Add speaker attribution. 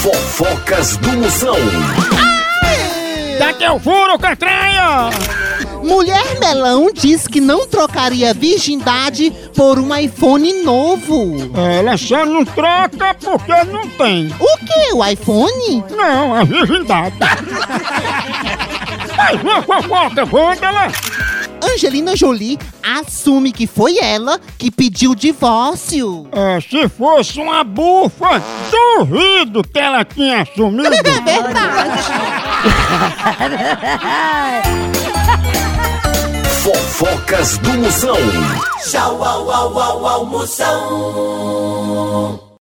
Speaker 1: Fofocas do Moção.
Speaker 2: Daqui eu furo, catranha!
Speaker 3: Mulher Melão diz que não trocaria virgindade por um iPhone novo.
Speaker 2: Ela só É, não troca porque não tem.
Speaker 3: O que? O iPhone?
Speaker 2: Não, é virgindade. Mas uma fofoca, vândala!
Speaker 3: Angelina Jolie assume que foi ela que pediu o divórcio.
Speaker 2: É, se fosse uma bufa, duvido que ela tinha assumido.
Speaker 3: É verdade.
Speaker 1: Fofocas do Moção.
Speaker 4: Tchau, au, au, au, almoção.